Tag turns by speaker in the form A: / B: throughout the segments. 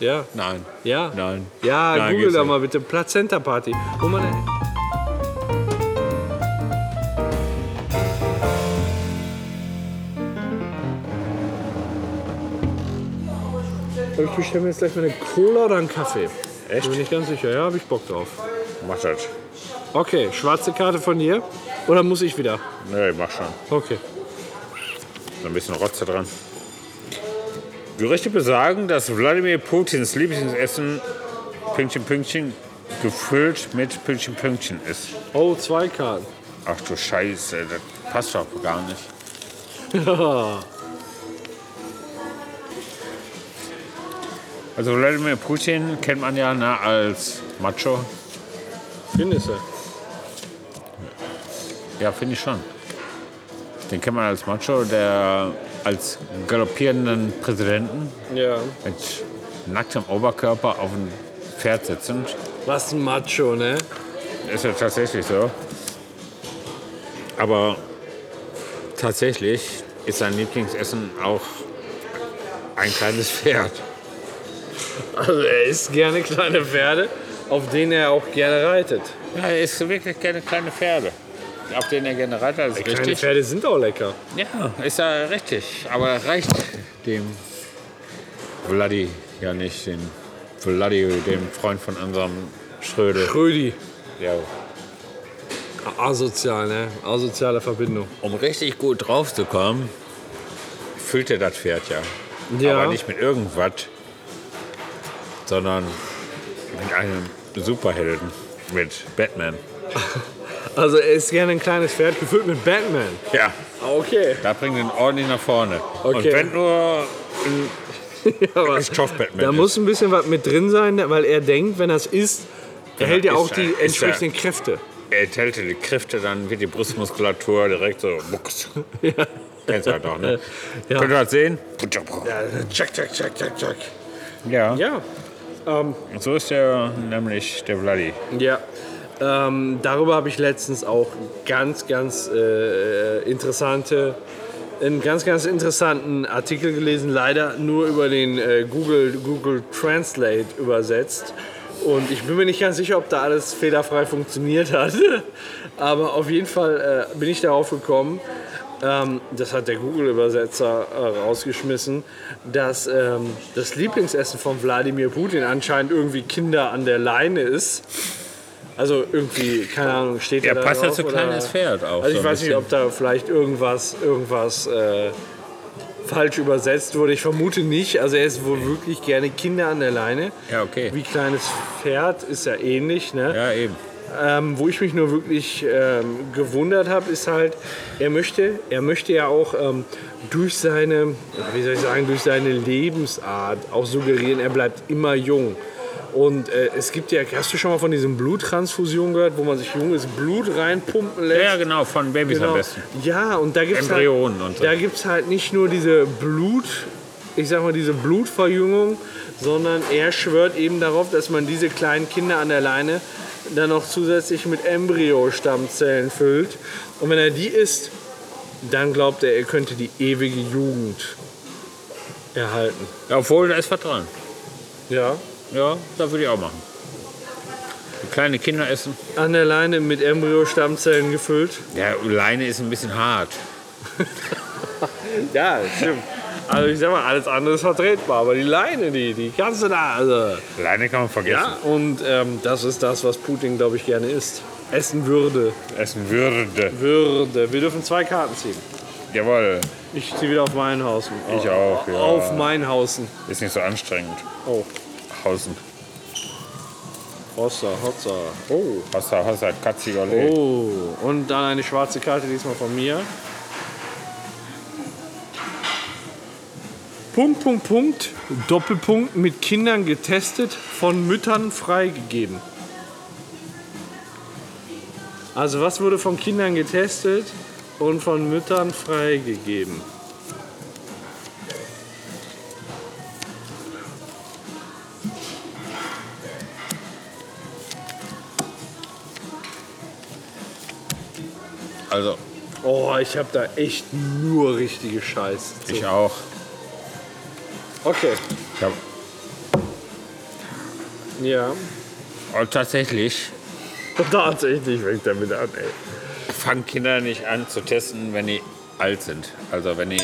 A: Ja.
B: Nein.
A: Ja?
B: Nein.
A: Ja,
B: Nein,
A: google
B: geht's
A: da
B: nicht.
A: mal bitte. Plazenta Party. Wo man Ich bestelle mir jetzt gleich mal eine Cola oder einen Kaffee.
B: Echt?
A: Bin ich ganz sicher. Ja, habe ich Bock drauf.
B: Mach das.
A: Okay, schwarze Karte von dir. Oder muss ich wieder?
B: Nee, mach schon.
A: Okay.
B: So ein bisschen Rotze dran. Gerüchte besagen, dass Wladimir Putins Lieblingsessen Pünktchen Pünktchen gefüllt mit Pünktchen Pünktchen ist.
A: Oh, zwei Karten.
B: Ach du Scheiße, das passt doch gar nicht. Also Wladimir Putin kennt man ja ne, als Macho.
A: Findest du?
B: Ja, finde ich schon. Den kennt man als Macho, der als galoppierenden Präsidenten
A: Ja.
B: mit nacktem Oberkörper auf dem Pferd sitzend.
A: Was ein Macho, ne?
B: Ist ja tatsächlich so. Aber tatsächlich ist sein Lieblingsessen auch ein kleines Pferd.
A: Also er isst gerne kleine Pferde, auf denen er auch gerne reitet.
B: Ja, er isst wirklich gerne kleine Pferde. Auf denen er gerne reitet, das ist
A: Kleine
B: richtig.
A: Pferde sind auch lecker.
B: Ja, ist ja richtig. Aber das reicht dem Vladi ja nicht, dem Vladi, dem Freund von unserem Schrödel.
A: Rödi.
B: Ja.
A: Asozial, ne? Asoziale Verbindung.
B: Um richtig gut drauf zu kommen, füllt er das Pferd ja.
A: Ja.
B: Aber nicht mit irgendwas, sondern mit einem Superhelden. Mit Batman.
A: Also er ist gerne ein kleines Pferd, gefüllt mit Batman.
B: Ja,
A: Ah, Okay.
B: da bringt ihn ordentlich nach vorne. Und
A: Okay.
B: wenn nur
A: Aber
B: ein Stoff-Batman
A: da
B: ist.
A: muss ein bisschen was mit drin sein, weil er denkt, wenn das isst, erhält er
B: ist
A: auch die
B: er- ist
A: entsprechenden Kräfte.
B: Er enthält die Kräfte, dann wird die Brustmuskulatur direkt so bucks.
A: Ja.
B: Kennst du halt auch, ne?
A: Ja.
B: Könnt ihr das sehen?
A: Check, check, check, check, check.
B: Ja.
A: Ja. Ähm,
B: Und so ist der nämlich der Vladi.
A: Ja, ähm, darüber habe ich letztens auch ganz, ganz äh, interessante, einen ganz, ganz interessanten Artikel gelesen, leider nur über den äh, Google, Google Translate übersetzt. Und ich bin mir nicht ganz sicher, ob da alles fehlerfrei funktioniert hat. Aber auf jeden Fall äh, bin ich darauf gekommen, ähm, das hat der Google-Übersetzer äh, rausgeschmissen, dass ähm, das Lieblingsessen von Wladimir Putin anscheinend irgendwie Kinder an der Leine ist. Also irgendwie, keine Ahnung, steht
B: Ja,
A: da
B: passt
A: drauf
B: das so
A: oder-
B: kleines Pferd auch.
A: Also ich
B: so ein
A: weiß nicht, ob da vielleicht irgendwas, irgendwas äh, falsch übersetzt wurde. Ich vermute nicht. Also er ist wohl wirklich gerne Kinder an der Leine.
B: Ja, okay.
A: Wie kleines Pferd ist ja ähnlich, ne?
B: Ja, eben.
A: Ähm, wo ich mich nur wirklich ähm, gewundert habe, ist halt, er möchte, er möchte ja auch ähm, durch seine, wie soll ich sagen, durch seine Lebensart auch suggerieren, er bleibt immer jung. Und äh, es gibt ja, hast du schon mal von diesen Bluttransfusionen gehört, wo man sich junges Blut reinpumpen lässt?
B: Ja, genau, von Babys am
A: Genau.
B: besten.
A: Ja, und da gibt es halt,
B: Embryonen und so.
A: da gibt's halt nicht nur diese Blut, ich sag mal, diese Blutverjüngung, sondern er schwört eben darauf, dass man diese kleinen Kinder an der Leine dann noch zusätzlich mit Embryostammzellen füllt. Und wenn er die isst, dann glaubt er, er könnte die ewige Jugend erhalten.
B: Ja, obwohl, da ist was dran.
A: Ja.
B: Ja, das würde ich auch machen. Die kleine Kinder essen.
A: An der Leine mit Embryostammzellen gefüllt.
B: Ja, Leine ist ein bisschen hart.
A: Ja, stimmt. Also ich sag mal, alles andere ist vertretbar, aber die Leine, die, die kannst du da, also...
B: Leine kann man vergessen.
A: Ja, und ähm, das ist das, was Putin, glaube ich, gerne isst. Essen würde.
B: Essen würde.
A: Würde. Wir dürfen zwei Karten ziehen.
B: Jawohl.
A: Ich ziehe wieder auf Meinhausen.
B: Ich auch, ja.
A: Auf Meinhausen.
B: Ist nicht so anstrengend.
A: Oh,
B: Hausen.
A: Hossa, Hossa. Oh.
B: Hossa, Hossa, Katzi, Olé.
A: Oh. Und dann eine schwarze Karte, diesmal von mir. Punkt, Punkt, Punkt. Doppelpunkt mit Kindern getestet, von Müttern freigegeben. Also was wurde von Kindern getestet und von Müttern freigegeben?
B: Also,
A: Oh, ich habe da echt nur richtige Scheiße. zu.
B: ich auch.
A: Okay.
B: Ich habe
A: Ja.
B: Und tatsächlich
A: Tatsächlich fängt damit an, ey.
B: fangen Kinder nicht an zu testen, wenn die alt sind. Also wenn die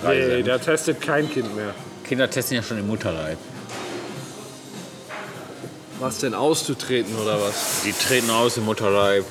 B: drei
A: Nee,
B: sind.
A: da testet kein Kind mehr.
B: Kinder testen ja schon im Mutterleib.
A: Was denn auszutreten oder was?
B: Die treten aus im Mutterleib.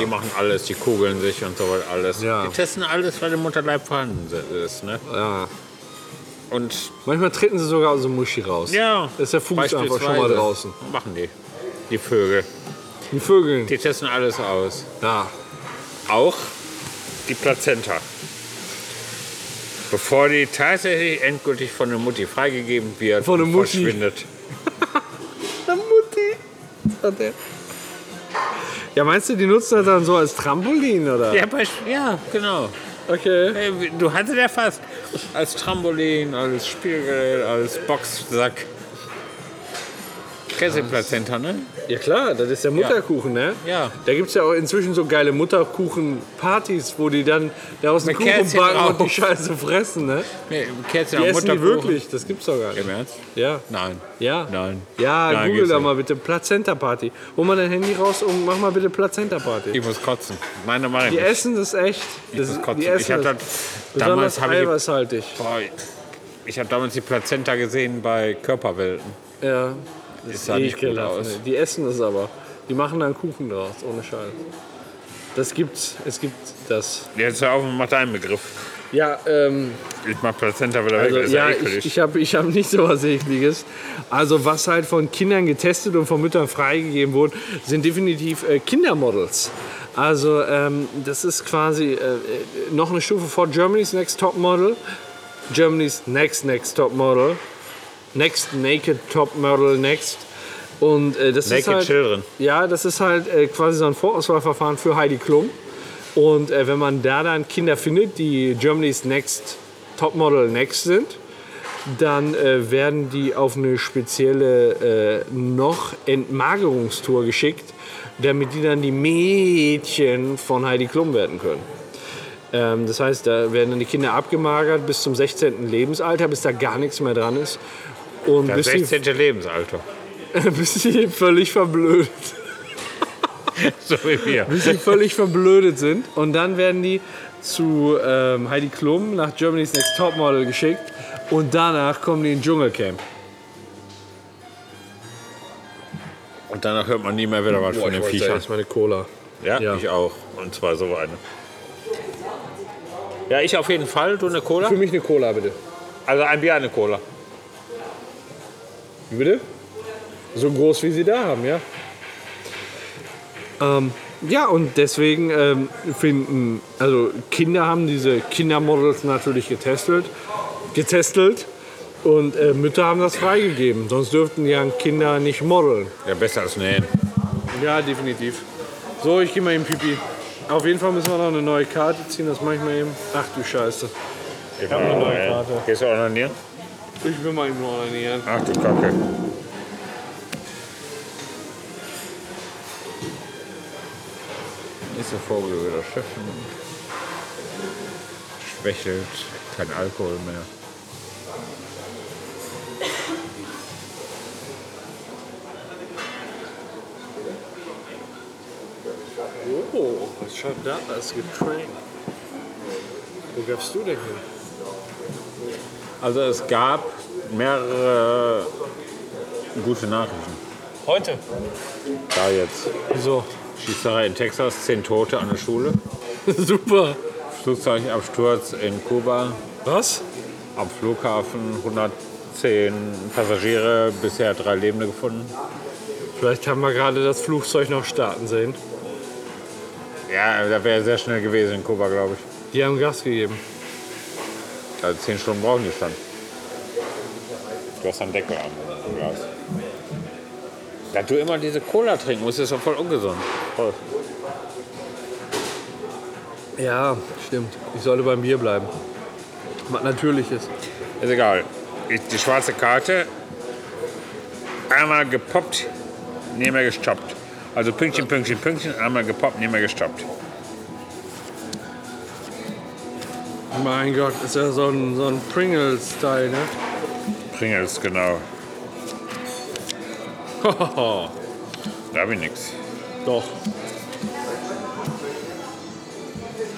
B: Die machen alles, die kugeln sich und so weiter alles.
A: Ja.
B: Die testen alles, was im Mutterleib vorhanden ist. Ne?
A: Ja.
B: Und
A: Manchmal treten sie sogar aus dem Muschi raus.
B: ja,
A: Ist der Fuß einfach schon mal
B: beispielsweise
A: draußen.
B: Machen die. Die Vögel.
A: Die Vögel.
B: Die testen alles aus.
A: Ja.
B: auch die Plazenta. Bevor die tatsächlich endgültig von der Mutti freigegeben wird
A: Von der
B: und
A: Mutti.
B: verschwindet.
A: Der Mutti. Hat der. Ja, meinst du, die nutzen das dann so als Trampolin, oder?
B: Ja, beisp- ja, genau.
A: Okay.
B: Äh, Du hattest ja fast als Trampolin, als Spielgerät, als Boxsack. Kennst du die Plazenta, ne?
A: Ja klar, das ist der Mutterkuchen, ne?
B: Ja.
A: Da gibt es ja auch inzwischen so geile Mutterkuchen-Partys, wo die dann daraus einen
B: Mit
A: Kuchen
B: Kerzchen
A: backen und die
B: drauf.
A: Scheiße fressen, ne?
B: Nee, kennst du
A: Die
B: ja
A: essen die
B: Mutterkuchen?
A: wirklich, das gibt's doch gar nicht.
B: Im Ernst?
A: Ja.
B: Nein.
A: Ja.
B: Nein.
A: Ja,
B: Nein,
A: google
B: gibt's
A: da
B: nicht.
A: mal bitte. Plazenta-Party. Hol mal dein Handy raus und mach mal bitte Plazenta-Party.
B: Ich muss kotzen. Meine Meinung.
A: Die
B: Ich
A: essen das echt. Das,
B: muss
A: die
B: kotzen. Ich
A: essen
B: hab
A: das.
B: das,
A: Besonders
B: damals habe ich
A: eiweißhaltig.
B: Boah, ich habe damals die Plazenta gesehen bei Körperwelten.
A: Ja.
B: Das
A: Sah nicht gut aus. Die essen das aber. Die machen dann Kuchen draus, ohne Scheiß. Das gibt's. Es gibt das.
B: Jetzt hör auf und mach deinen Begriff.
A: Ja, ähm,
B: Ich mach Plazenta wieder weg,
A: Also,
B: das ist
A: ja,
B: ja
A: ich,
B: eklig.
A: ich habe ich hab nicht so was Ekliges. Also, was halt von Kindern getestet und von Müttern freigegeben wurde, sind definitiv äh, Kindermodels. Also, ähm, das ist quasi äh, äh, noch eine Stufe vor Germany's Next Top Model. Germany's Next Next Top Model. Next Naked Top Model Next. Und äh, das ist
B: Naked
A: halt,
B: Children.
A: Ja, das ist halt äh, quasi so ein Vorauswahlverfahren für Heidi Klum. Und äh, wenn man da dann Kinder findet, die Germany's Next Topmodel Next sind, dann äh, werden die auf eine spezielle äh, noch Entmagerungstour geschickt, damit die dann die Mädchen von Heidi Klum werden können. Ähm, das heißt, da werden dann die Kinder abgemagert bis zum 16. Lebensalter, bis da gar nichts mehr dran ist. Und
B: das
A: bis sie,
B: 16. Lebensalter.
A: bis sie völlig verblödet
B: So wie wir.
A: bis sie völlig verblödet sind. Und dann werden die zu ähm, Heidi Klum nach Germany's Next Topmodel geschickt. Und danach kommen die in Dschungelcamp.
B: Und danach hört man nie mehr wieder was von den Viechern.
A: meine Cola.
B: Ja,
A: Ja.
B: ich auch. Und zwar so eine. Ja, ich auf jeden Fall. Du eine Cola?
A: Für mich eine Cola, bitte.
B: Also ein Bier, eine Cola.
A: Wie bitte? So groß, wie sie da haben, ja. Ähm, ja, und deswegen ähm, finden, also Kinder haben diese Kindermodels natürlich getestet, getestelt und äh, Mütter haben das freigegeben. Sonst dürften ja Kinder nicht modeln.
B: Ja, besser als nähen.
A: Ja, definitiv. So, ich gehe mal eben Pipi. Auf jeden Fall müssen wir noch eine neue Karte ziehen, das mache ich mal eben. Ach du Scheiße.
B: Ich
A: hab eine neue Karte.
B: Gehst du auch noch näher?
A: Ich will mal eben nur ordinieren.
B: Ach du Kacke. Ist der Vogel wieder schiffen. Schwächelt, kein Alkohol mehr.
A: Oh, was schaut da? Das Getränk. Wo gabst du denn hin?
B: Also es gab mehrere gute Nachrichten.
A: Heute.
B: Da jetzt
A: Wieso?
B: Schießerei in Texas, 10 Tote an der Schule.
A: Super.
B: Flugzeugabsturz in Kuba,
A: Was?
B: am Flughafen 110 Passagiere, bisher drei Lebende gefunden.
A: Vielleicht haben wir gerade das Flugzeug noch starten sehen.
B: Ja, da wäre sehr schnell gewesen in Kuba, glaube ich.
A: Die haben Gas gegeben.
B: Also zehn Stunden brauchen die schon. Du hast einen Deckel am Glas. Dass du immer diese Cola trinken musst, ist doch voll ungesund. Voll.
A: Ja, stimmt. Ich sollte beim Bier bleiben. Was natürliches.
B: Ist egal. Ich, die schwarze Karte einmal gepoppt, nie mehr gestoppt. Also Pünktchen, Pünktchen, Pünktchen, einmal gepoppt, nie mehr gestoppt.
A: Mein Gott, ist ja so ein, so ein Pringles-Teil, ne?
B: Pringles, genau. Da habe ich nichts.
A: Doch.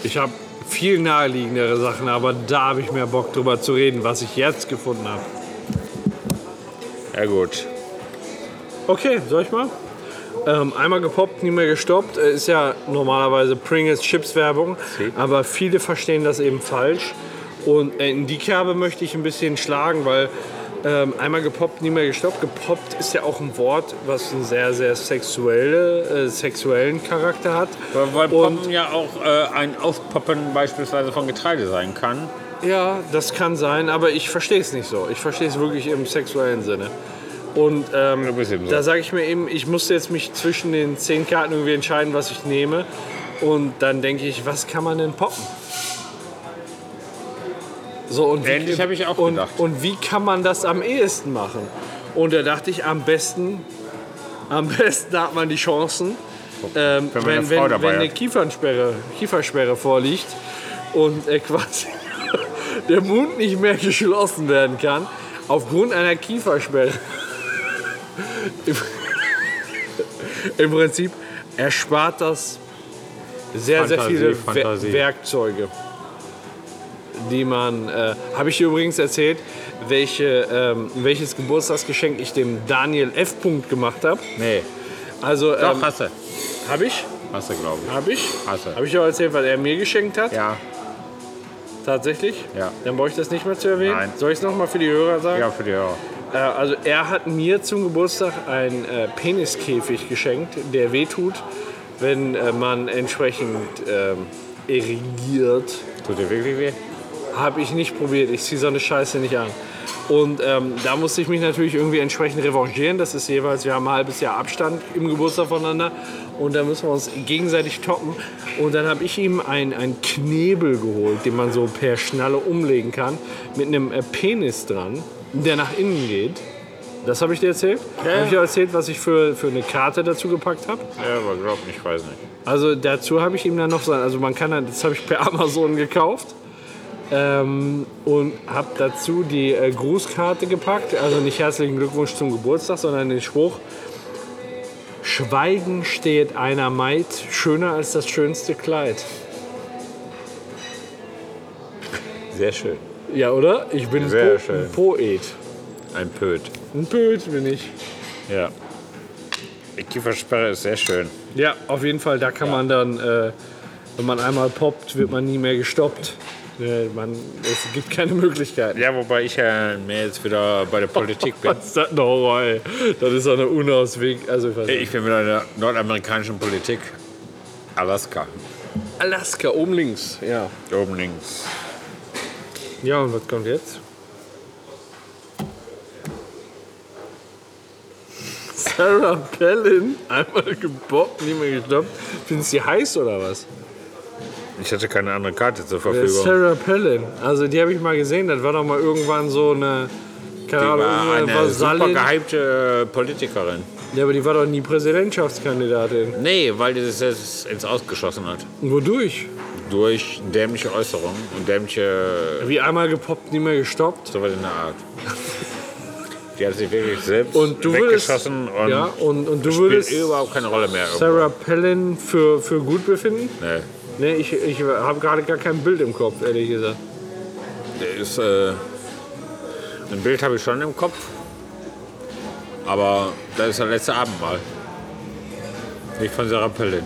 A: Ich habe viel naheliegendere Sachen, aber da habe ich mehr Bock drüber zu reden, was ich jetzt gefunden habe.
B: Ja gut.
A: Okay, soll ich mal? Ähm, einmal gepoppt, nie mehr gestoppt. Äh, Ist ja normalerweise Pringles Chips Werbung,
B: Sie.
A: aber viele verstehen das eben falsch. Und äh, in die Kerbe möchte ich ein bisschen schlagen, weil ähm, einmal gepoppt, nie mehr gestoppt. Gepoppt ist ja auch ein Wort, was einen sehr, sehr sexuelle, äh, sexuellen Charakter hat.
B: Weil
A: Und-
B: Poppen ja auch äh, ein Aufpoppen beispielsweise von Getreide sein kann.
A: Ja, das kann sein, aber ich verstehe es nicht so. Ich verstehe es wirklich im sexuellen Sinne. Und ähm,
B: Du bist eben so.
A: da sage ich mir eben, ich musste jetzt mich zwischen den zehn Karten irgendwie entscheiden, was ich nehme. Und dann denke ich, was kann man denn poppen? So, und wie-
B: Ähnlich habe ich auch
A: und,
B: gedacht.
A: Und wie kann man das am ehesten machen? Und da dachte ich, am besten, am besten hat man die Chancen, ähm,
B: Wenn
A: wenn,
B: man eine
A: wenn,
B: Frau
A: wenn,
B: dabei
A: eine
B: hat.
A: Kiefernsperre, Kiefersperre vorliegt und äh, quasi der Mund nicht mehr geschlossen werden kann, aufgrund einer Kiefersperre. Im, Im Prinzip erspart das sehr,
B: Fantasie,
A: sehr viele
B: Fantasie.
A: Wer Werkzeuge, die man. Äh, Habe ich dir übrigens erzählt, welche, ähm, welches Geburtstagsgeschenk ich dem Daniel F. Punkt gemacht habe.
B: Nee.
A: Also,
B: Doch,
A: ähm,
B: hasse.
A: habe ich?
B: Hasse, glaube ich.
A: Habe ich?
B: Hasse.
A: Habe ich auch erzählt, was er mir geschenkt hat?
B: Ja.
A: Tatsächlich?
B: Ja.
A: Dann brauche ich das nicht mehr zu erwähnen.
B: Nein.
A: Soll ich es nochmal für die Hörer sagen?
B: Ja, für die Hörer.
A: Äh, also er hat mir zum Geburtstag einen äh, Peniskäfig geschenkt, der wehtut, wenn äh, man entsprechend ähm, erigiert.
B: Tut dir wirklich weh?
A: Habe ich nicht probiert. Ich ziehe so eine Scheiße nicht an. Und ähm, da musste ich mich natürlich irgendwie entsprechend revanchieren. Das ist jeweils, wir haben ein halbes Jahr Abstand im Geburtstag voneinander. Und da müssen wir uns gegenseitig toppen. Und dann habe ich ihm einen, einen Knebel geholt, den man so per Schnalle umlegen kann, mit einem äh, Penis dran, der nach innen geht. Das habe ich dir erzählt.
B: Ja.
A: Habe ich dir erzählt, was ich für, für eine Karte dazu gepackt habe?
B: Ja, aber glaub nicht, ich weiß nicht.
A: Also dazu habe ich ihm dann noch so, also man kann dann, das habe ich per Amazon gekauft ähm, und habe dazu die äh, Grußkarte gepackt, also nicht herzlichen Glückwunsch zum Geburtstag, sondern den Spruch Schweigen steht einer Maid schöner als das schönste Kleid.
B: Sehr schön.
A: Ja, oder? Ich bin
B: Sehr
A: po
B: schön.
A: ein Poet.
B: Ein Pöd.
A: Ein Poet bin ich.
B: Ja. Die Kiefersperre ist sehr schön.
A: Ja, auf jeden Fall, da kann man dann, äh, wenn man einmal poppt, wird man nie mehr gestoppt. Äh, man, es gibt keine Möglichkeiten.
B: Ja, wobei ich ja mehr jetzt wieder bei der Politik bin.
A: Was ist das ein Horror, ey? Das ist doch eine Unausweg. Also ich weiß nicht.
B: Ich bin wieder in der nordamerikanischen Politik. Alaska.
A: Alaska, oben links. Ja.
B: Oben links.
A: Ja, und was kommt jetzt? Sarah Palin, einmal gebockt, nie mehr gestoppt. Findest du die heiß oder was?
B: Ich hatte keine andere Karte zur
A: Wer ist
B: Verfügung.
A: Sarah Palin. Also die habe ich mal gesehen, das war doch mal irgendwann so eine. Keine
B: Die
A: Ahnung,
B: war
A: irgendeine
B: eine super
A: Vasallin.
B: gehypte äh, Politikerin.
A: Ja, aber die war doch nie Präsidentschaftskandidatin.
B: Nee, weil die das jetzt ins Ausgeschossen hat.
A: Wodurch?
B: Durch dämliche Äußerungen und dämliche
A: Wie einmal gepoppt, nie mehr gestoppt.
B: sowas in der Art. Die hat sich wirklich selbst
A: Und du würdest,
B: weggeschossen und
A: ja, und, und du
B: spielt
A: würdest
B: überhaupt keine Rolle mehr. irgendwo.
A: Sarah Palin für, für gut befinden?
B: Nee.
A: Nee, ich, ich habe gerade gar kein Bild im Kopf, ehrlich gesagt.
B: Der ist, äh, ein Bild habe ich schon im Kopf, aber das ist das letzte Abendmahl. Nicht von Sarah Pellin.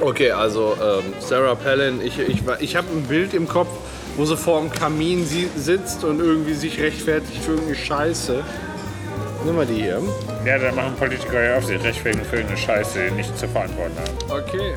A: Okay, also Sarah Palin, ich, ich, ich habe ein Bild im Kopf, wo sie vor dem Kamin sitzt und irgendwie sich rechtfertigt für irgendeine Scheiße. Nimm mal die hier.
B: Ja, da machen Politiker ja auf sich recht wegen für eine Scheiße, die nicht zu verantworten haben.
A: Okay.